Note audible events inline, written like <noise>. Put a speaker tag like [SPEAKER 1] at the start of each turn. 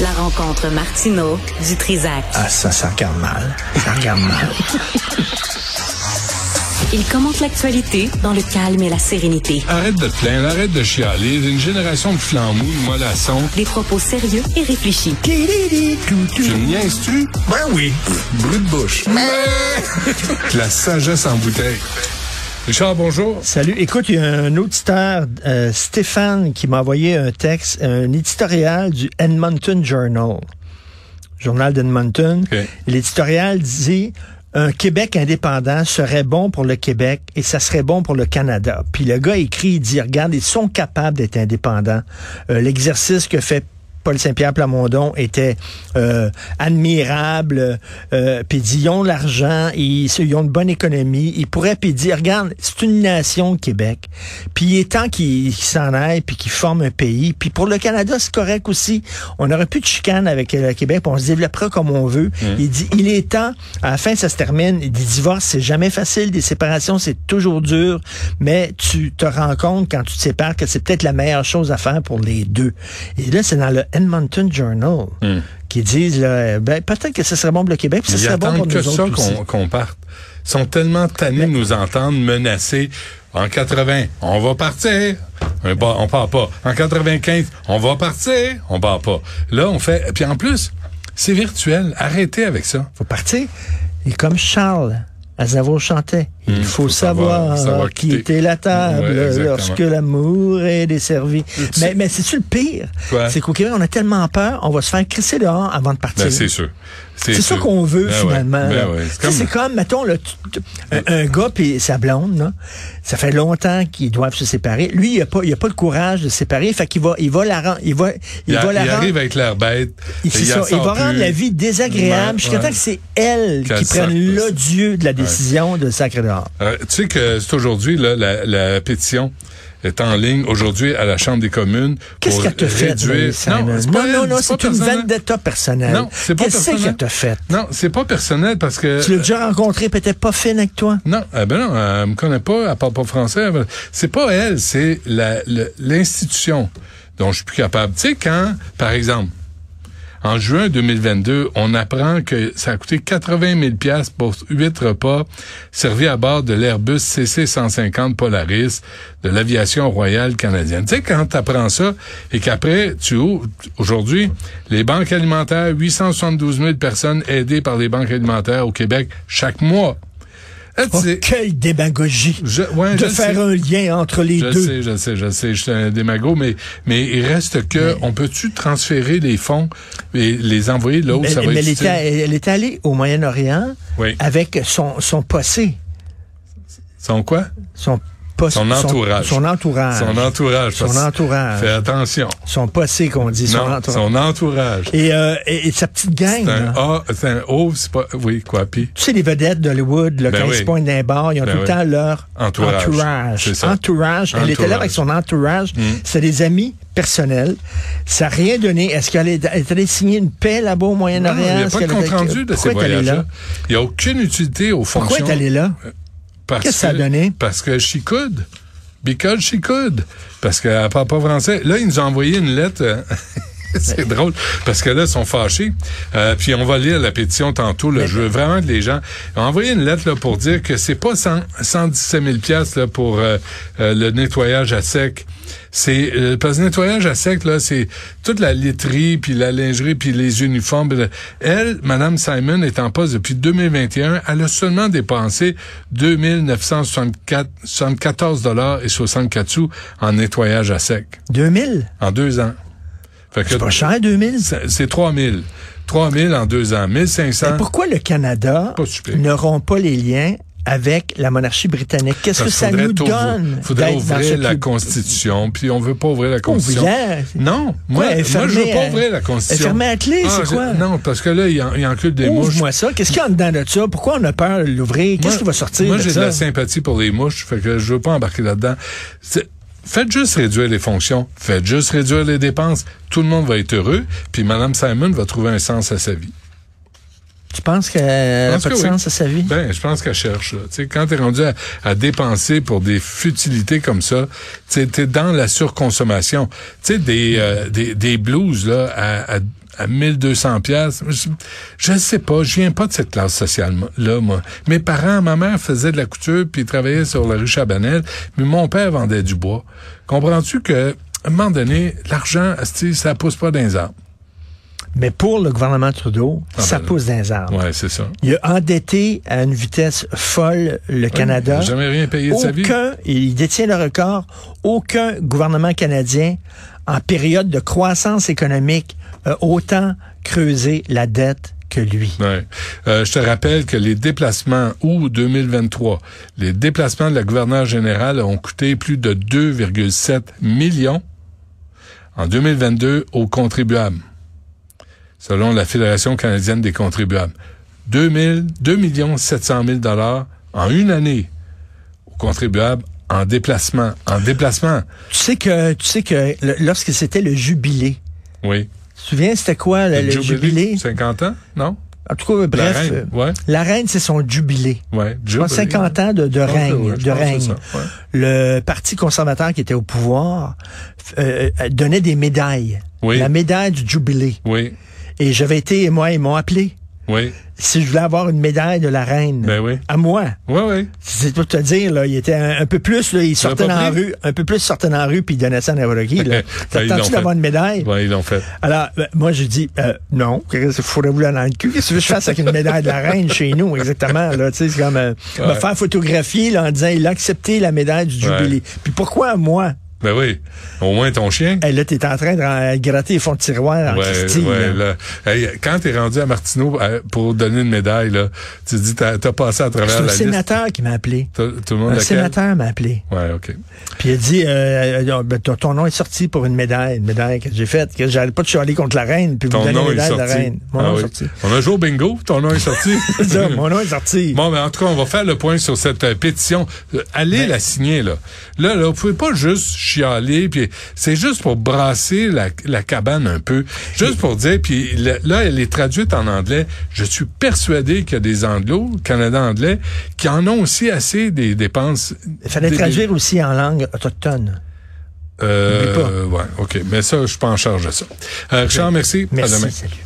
[SPEAKER 1] La rencontre Martino du Trizac.
[SPEAKER 2] Ah, ça, ça regarde mal. Ça regarde mal.
[SPEAKER 1] Il commente l'actualité dans le calme et la sérénité.
[SPEAKER 3] Arrête de te plaindre, arrête de chialer. Une génération de flambous, de mollassons.
[SPEAKER 1] Des propos sérieux et réfléchis.
[SPEAKER 3] Tu me niaises-tu?
[SPEAKER 2] Ben oui.
[SPEAKER 3] Brut de bouche. La sagesse en bouteille. Richard, bonjour.
[SPEAKER 4] Salut. Écoute, il y a un auditeur, euh, Stéphane, qui m'a envoyé un texte, un éditorial du Edmonton Journal, journal d'Edmonton.
[SPEAKER 3] Ok.
[SPEAKER 4] L'éditorial dit un Québec indépendant serait bon pour le Québec et ça serait bon pour le Canada. Puis le gars écrit, il dit, regarde, ils sont capables d'être indépendants. Euh, L'exercice que fait Paul Saint-Pierre Plamondon était euh, admirable. Euh, puis il dit, ils ont l'argent, ils, ils ont une bonne économie. Ils pourraient, puis il dit, regarde, c'est une nation, le Québec. Puis il est temps qu'ils qu'ils s'en aillent, puis qu'ils forment un pays. Puis pour le Canada, c'est correct aussi. On n'aurait plus de chicane avec euh, le Québec, puis on se développerait comme on veut.
[SPEAKER 3] Mmh.
[SPEAKER 4] Il dit, il est temps, à la fin, ça se termine. Des divorces, c'est jamais facile. Des séparations, c'est toujours dur. Mais tu te rends compte, quand tu te sépares, que c'est peut-être la meilleure chose à faire pour les deux. Et là, c'est dans le Edmonton Journal
[SPEAKER 3] Mmh.
[SPEAKER 4] qui disent, là, ben, peut-être que ce serait bon pour le Québec, puis ce
[SPEAKER 3] Ils
[SPEAKER 4] serait bon
[SPEAKER 3] attendent
[SPEAKER 4] pour
[SPEAKER 3] que
[SPEAKER 4] nous
[SPEAKER 3] ça
[SPEAKER 4] autres aussi.
[SPEAKER 3] qu'on qu'on parte. Ils sont tellement tannés de nous entendre menacer. En 80, on va partir. On part, on part pas. En 95, on va partir. On part pas. Là, on fait. Puis en plus, c'est virtuel. Arrêtez avec ça. Ben,
[SPEAKER 4] faut partir. Et comme Charles Aznavour chantait, il faut,
[SPEAKER 3] Hmm, faut savoir-
[SPEAKER 4] savoir,
[SPEAKER 3] savoir quitter.
[SPEAKER 4] quitter. la table
[SPEAKER 3] Ouais, exactement.
[SPEAKER 4] lorsque l'amour est desservi.
[SPEAKER 3] tu-
[SPEAKER 4] Mais, mais c'est-tu le pire?
[SPEAKER 3] Quoi?
[SPEAKER 4] C'est qu'au Québec, on a tellement peur, on va se faire crisser dehors avant de partir.
[SPEAKER 3] Ben, c'est sûr.
[SPEAKER 4] C'est ça qu'on veut
[SPEAKER 3] Ben ouais.
[SPEAKER 4] finalement.
[SPEAKER 3] Ben
[SPEAKER 4] là.
[SPEAKER 3] ouais.
[SPEAKER 4] Tu sais, C'est comme... mettons, là, tu- tu- un, un gars et sa blonde, là, ça fait longtemps qu'ils doivent se séparer. Lui, il n'a pas, il a pas le courage de se séparer, fait qu'il va, il va la rendre, il va, il,
[SPEAKER 3] Il, a-
[SPEAKER 4] va la
[SPEAKER 3] il
[SPEAKER 4] rendre-
[SPEAKER 3] arrive avec l'air bête.
[SPEAKER 4] il, c'est ça.
[SPEAKER 3] en
[SPEAKER 4] Il
[SPEAKER 3] sort
[SPEAKER 4] va rendre
[SPEAKER 3] plus.
[SPEAKER 4] la vie désagréable
[SPEAKER 3] Ouais,
[SPEAKER 4] jusqu'à
[SPEAKER 3] ouais.
[SPEAKER 4] temps que c'est elle
[SPEAKER 3] Qu'elle
[SPEAKER 4] qui prenne
[SPEAKER 3] sorte.
[SPEAKER 4] l'odieux de la décision de sacrer dehors.
[SPEAKER 3] Euh, tu sais que c'est aujourd'hui, là, la, la pétition est en ligne aujourd'hui à la Chambre des communes.
[SPEAKER 4] Qu'est-ce
[SPEAKER 3] pour
[SPEAKER 4] qu'elle te fait,
[SPEAKER 3] réduire...
[SPEAKER 4] Noémie Simon?
[SPEAKER 3] Non, c'est pas
[SPEAKER 4] non, non,
[SPEAKER 3] elle,
[SPEAKER 4] non,
[SPEAKER 3] c'est
[SPEAKER 4] c'est
[SPEAKER 3] pas
[SPEAKER 4] une
[SPEAKER 3] personnel.
[SPEAKER 4] vendetta personnelle.
[SPEAKER 3] Non, c'est pas
[SPEAKER 4] Qu'est-ce
[SPEAKER 3] personnel. Euh,
[SPEAKER 4] qu'elle t'a fait?
[SPEAKER 3] Non, c'est pas personnel parce que...
[SPEAKER 4] Tu l'as déjà rencontrée, puis elle était pas fine avec toi?
[SPEAKER 3] Non, euh, ben non, elle me connaît pas, elle parle pas français. elle- C'est pas elle, c'est la- le- l'institution dont je suis plus capable. Tu sais, quand, par exemple, en juin 2022, on apprend que ça a coûté 80 000 pièces pour huit repas servis à bord de l'Airbus CC-150 Polaris de l'aviation royale canadienne. Tu sais, quand t'apprends ça et qu'après, tu ouvres, aujourd'hui, les banques alimentaires, 872 000 personnes aidées par les banques alimentaires au Québec chaque mois. Là, tu
[SPEAKER 4] Oh,
[SPEAKER 3] sais,
[SPEAKER 4] quelle démagogie!
[SPEAKER 3] je, ouais, je
[SPEAKER 4] de
[SPEAKER 3] le
[SPEAKER 4] faire
[SPEAKER 3] sais.
[SPEAKER 4] un lien entre les
[SPEAKER 3] Je
[SPEAKER 4] deux.
[SPEAKER 3] sais, je sais, je sais, je suis un démago, mais, mais il reste que, on peut-tu transférer les fonds et les envoyer là où
[SPEAKER 4] Mais,
[SPEAKER 3] ça va
[SPEAKER 4] mais elle,
[SPEAKER 3] être
[SPEAKER 4] était,
[SPEAKER 3] utile?
[SPEAKER 4] elle est allée au Moyen-Orient
[SPEAKER 3] Oui.
[SPEAKER 4] avec son, son passé,
[SPEAKER 3] Son quoi?
[SPEAKER 4] son, pas-
[SPEAKER 3] Son entourage.
[SPEAKER 4] Son, entourage.
[SPEAKER 3] Son entourage.
[SPEAKER 4] Son
[SPEAKER 3] parce-
[SPEAKER 4] entourage.
[SPEAKER 3] Fais attention.
[SPEAKER 4] Son passé, qu'on dit. son
[SPEAKER 3] non,
[SPEAKER 4] entourage.
[SPEAKER 3] son entourage.
[SPEAKER 4] Et, euh, et, et sa petite gang.
[SPEAKER 3] C'est un
[SPEAKER 4] là.
[SPEAKER 3] A, c'est un O, c'est pas, oui, quoi, puis
[SPEAKER 4] Tu sais, les vedettes d'Hollywood, là,
[SPEAKER 3] Ben
[SPEAKER 4] quand
[SPEAKER 3] oui.
[SPEAKER 4] ils se pointent dans les bars, ils ont
[SPEAKER 3] Ben
[SPEAKER 4] tout le
[SPEAKER 3] oui.
[SPEAKER 4] temps leur
[SPEAKER 3] Entourage.
[SPEAKER 4] Entourage.
[SPEAKER 3] C'est ça.
[SPEAKER 4] Entourage. Elle était là
[SPEAKER 3] Entourage. Hmm.
[SPEAKER 4] avec son entourage. C'est des amis personnels. Ça n'a rien donné. Est-ce qu'elle est, elle est allée signer une paix là-bas au
[SPEAKER 3] Non, il
[SPEAKER 4] Moyen-Orient?
[SPEAKER 3] n'y a
[SPEAKER 4] Est-ce
[SPEAKER 3] pas de
[SPEAKER 4] qu'elle
[SPEAKER 3] compte
[SPEAKER 4] était-
[SPEAKER 3] rendu de ces
[SPEAKER 4] Pourquoi elle est
[SPEAKER 3] voyages-là.
[SPEAKER 4] là?
[SPEAKER 3] Il n'y a aucune utilité aux fonctions.
[SPEAKER 4] Pourquoi elle est allée là?
[SPEAKER 3] Parce
[SPEAKER 4] Qu'est-ce que ça a donné?
[SPEAKER 3] Parce que she could. Because she could. Parce qu'elle parle pas français. Là, ils nous ont envoyé une lettre. euh, <laughs> C'est drôle, parce que là, ils sont fâchés. Euh, puis on va lire la pétition tantôt. Là. Je veux vraiment que les gens... Ils ont envoyé une lettre là, pour dire que c'est pas 100, 117 000 piastres, là, pour euh, euh, le nettoyage à sec. C'est euh, Parce que le nettoyage à sec, là, c'est toute la laiterie, puis la lingerie, puis les uniformes. puis le- Elle, Madame Simon, est en poste depuis 2021. Elle a seulement dépensé 2974 dollars et 64 sous en nettoyage à sec
[SPEAKER 4] 2000?
[SPEAKER 3] en deux ans. Fait que
[SPEAKER 4] Pas cher, 2000?
[SPEAKER 3] c'est- c'est 3000. 3000 en deux ans.
[SPEAKER 4] Mais
[SPEAKER 3] 1500.
[SPEAKER 4] pourquoi le Canada
[SPEAKER 3] hein? Pas super.
[SPEAKER 4] n'auront pas les liens avec la monarchie britannique? Qu'est-ce que ça nous donne?
[SPEAKER 3] Il faudrait
[SPEAKER 4] d'être dans ce
[SPEAKER 3] ouvrir la
[SPEAKER 4] club?
[SPEAKER 3] Constitution, puis on veut pas ouvrir la Constitution.
[SPEAKER 4] Ouvrir?
[SPEAKER 3] Non, moi,
[SPEAKER 4] Ouais,
[SPEAKER 3] moi je veux
[SPEAKER 4] fermer
[SPEAKER 3] pas
[SPEAKER 4] à-
[SPEAKER 3] ouvrir la Constitution. Ah,
[SPEAKER 4] fermer à clé, c'est
[SPEAKER 3] je-
[SPEAKER 4] quoi?
[SPEAKER 3] Non, parce que là, il en- il encule des mouches.
[SPEAKER 4] Ouvre-moi ça. Qu'est-ce qu'il y a en dedans de ça? Pourquoi on a peur de l'ouvrir? Qu'est-ce
[SPEAKER 3] Moi-
[SPEAKER 4] qui va sortir
[SPEAKER 3] Moi,
[SPEAKER 4] de
[SPEAKER 3] j'ai de
[SPEAKER 4] ça?
[SPEAKER 3] la sympathie pour les mouches, fait que je veux pas embarquer là-dedans. C'est- Faites juste réduire les fonctions, faites juste réduire les dépenses, tout le monde va être heureux, puis Madame Simon va trouver un sens à sa vie.
[SPEAKER 4] Tu penses qu'elle n'a
[SPEAKER 3] pense
[SPEAKER 4] pas de
[SPEAKER 3] que oui.
[SPEAKER 4] sens à sa vie?
[SPEAKER 3] Ben, je pense qu'elle cherche. là. Tu sais, quand t'es rendu à, à dépenser pour des futilités comme ça, tu sais, t'es dans la surconsommation. Tu sais, des, euh, des des blues là à, à à 1200 pièces, je ne sais pas, je viens pas de cette classe sociale là moi. Mes parents, ma mère faisait de la couture puis travaillait sur la rue Chabanel, mais mon père vendait du bois. Comprends-tu que à un moment donné, l'argent, asti, ça pousse pas dans les arbres.
[SPEAKER 4] Mais pour le gouvernement Trudeau,
[SPEAKER 3] Ah,
[SPEAKER 4] ça
[SPEAKER 3] ben,
[SPEAKER 4] pousse dans les arbres.
[SPEAKER 3] Ouais, c'est ça.
[SPEAKER 4] Il a endetté à une vitesse folle le
[SPEAKER 3] Il
[SPEAKER 4] Canada.
[SPEAKER 3] a jamais rien payé de sa vie.
[SPEAKER 4] Aucun, il détient le record, aucun gouvernement canadien en période de croissance économique a autant creusé la dette que lui.
[SPEAKER 3] Ouais. Euh, je te rappelle que les déplacements août 2023, les déplacements de la gouverneure générale ont coûté plus de 2,7 millions en 2022 aux contribuables, selon la Fédération canadienne des contribuables. 2, 000, 2 millions 700 000 dollars en une année aux contribuables en déplacement, en déplacement.
[SPEAKER 4] Tu sais que, tu sais que le- lorsque c'était le jubilé,
[SPEAKER 3] Oui.
[SPEAKER 4] tu te souviens c'était quoi le, le jubilé?
[SPEAKER 3] 50 ans, non?
[SPEAKER 4] En tout cas, bref,
[SPEAKER 3] la reine,
[SPEAKER 4] euh,
[SPEAKER 3] ouais,
[SPEAKER 4] la reine, c'est son jubilé.
[SPEAKER 3] ouais.
[SPEAKER 4] Je pense
[SPEAKER 3] jubilé.
[SPEAKER 4] 50 ans de, de
[SPEAKER 3] pense que oui,
[SPEAKER 4] règne,
[SPEAKER 3] je
[SPEAKER 4] de
[SPEAKER 3] pense que c'est
[SPEAKER 4] règne.
[SPEAKER 3] ça, ouais.
[SPEAKER 4] Le parti conservateur qui était au pouvoir f- euh, euh, donnait des médailles.
[SPEAKER 3] Oui.
[SPEAKER 4] La médaille du jubilé.
[SPEAKER 3] Oui,
[SPEAKER 4] Et j'avais été, moi, ils m'ont appelé
[SPEAKER 3] oui.
[SPEAKER 4] si je voulais avoir une médaille de la reine.
[SPEAKER 3] Ben oui.
[SPEAKER 4] À moi.
[SPEAKER 3] Oui, oui.
[SPEAKER 4] C'est pour te dire, là, il était un, un peu plus, là, il sortait
[SPEAKER 3] pas
[SPEAKER 4] dans la
[SPEAKER 3] pris?
[SPEAKER 4] rue, un peu plus sortait dans la rue puis il donnait ça à n'importe qui, là.
[SPEAKER 3] <laughs> Ben, ils l'ont
[SPEAKER 4] T'attends-tu
[SPEAKER 3] fait.
[SPEAKER 4] d'avoir une médaille?
[SPEAKER 3] Ouais, ils l'ont fait.
[SPEAKER 4] Alors, ben, moi, j'ai dit, euh, non, il faudrait vous la dans le cul. Qu'est-ce que je fasse avec une médaille de la reine chez nous, exactement? Là, tu sais, c'est comme euh, me
[SPEAKER 3] Ouais.
[SPEAKER 4] faire photographier là, en disant, il a accepté la médaille du
[SPEAKER 3] Ouais.
[SPEAKER 4] jubilé. Puis pourquoi moi?
[SPEAKER 3] Ben oui. Au moins ton chien.
[SPEAKER 4] Eh, là, t'es en train de ra- gratter les fonds de tiroir en Christie, Eh, là.
[SPEAKER 3] là. Hey, quand t'es rendu à Martineau euh, pour donner une médaille, là, tu te dis, t'as t'as passé à
[SPEAKER 4] C'est
[SPEAKER 3] travers
[SPEAKER 4] un
[SPEAKER 3] la liste.
[SPEAKER 4] sénateur qui m'a appelé.
[SPEAKER 3] T'as- Tout le monde
[SPEAKER 4] Un
[SPEAKER 3] laquelle?
[SPEAKER 4] sénateur m'a appelé.
[SPEAKER 3] Ouais, OK.
[SPEAKER 4] Puis il a dit, euh, euh, ben, ton, ton nom est sorti pour une médaille, une médaille que j'ai faite, que j'allais pas te chialer contre la reine, puis vous
[SPEAKER 3] Ton
[SPEAKER 4] donner la
[SPEAKER 3] nom est
[SPEAKER 4] médaille de la
[SPEAKER 3] sorti.
[SPEAKER 4] reine. Mon
[SPEAKER 3] Ah
[SPEAKER 4] nom
[SPEAKER 3] oui.
[SPEAKER 4] est sorti.
[SPEAKER 3] On a joué au bingo, ton nom
[SPEAKER 4] <laughs>
[SPEAKER 3] est sorti.
[SPEAKER 4] C'est ça, mon nom est sorti.
[SPEAKER 3] <laughs> Bon, ben, en tout cas, on va faire le point sur cette euh, pétition. Euh, Allez
[SPEAKER 4] Ben
[SPEAKER 3] la signer, là. Là, là, vous pouvez pas juste chialer, puis c'est juste pour brasser la, la cabane un peu. Juste pour dire, puis le- là, elle est traduite en anglais. Je suis persuadé qu'il y a des Anglo, Canada anglais, qui en ont aussi assez des dépenses.
[SPEAKER 4] Il fallait
[SPEAKER 3] des-
[SPEAKER 4] traduire aussi en langue autochtone.
[SPEAKER 3] Euh,
[SPEAKER 4] N'oublie
[SPEAKER 3] ouais, OK. Mais ça, je suis pas en charge de ça. Euh, Richard, merci. À
[SPEAKER 4] Merci,
[SPEAKER 3] demain.
[SPEAKER 4] salut.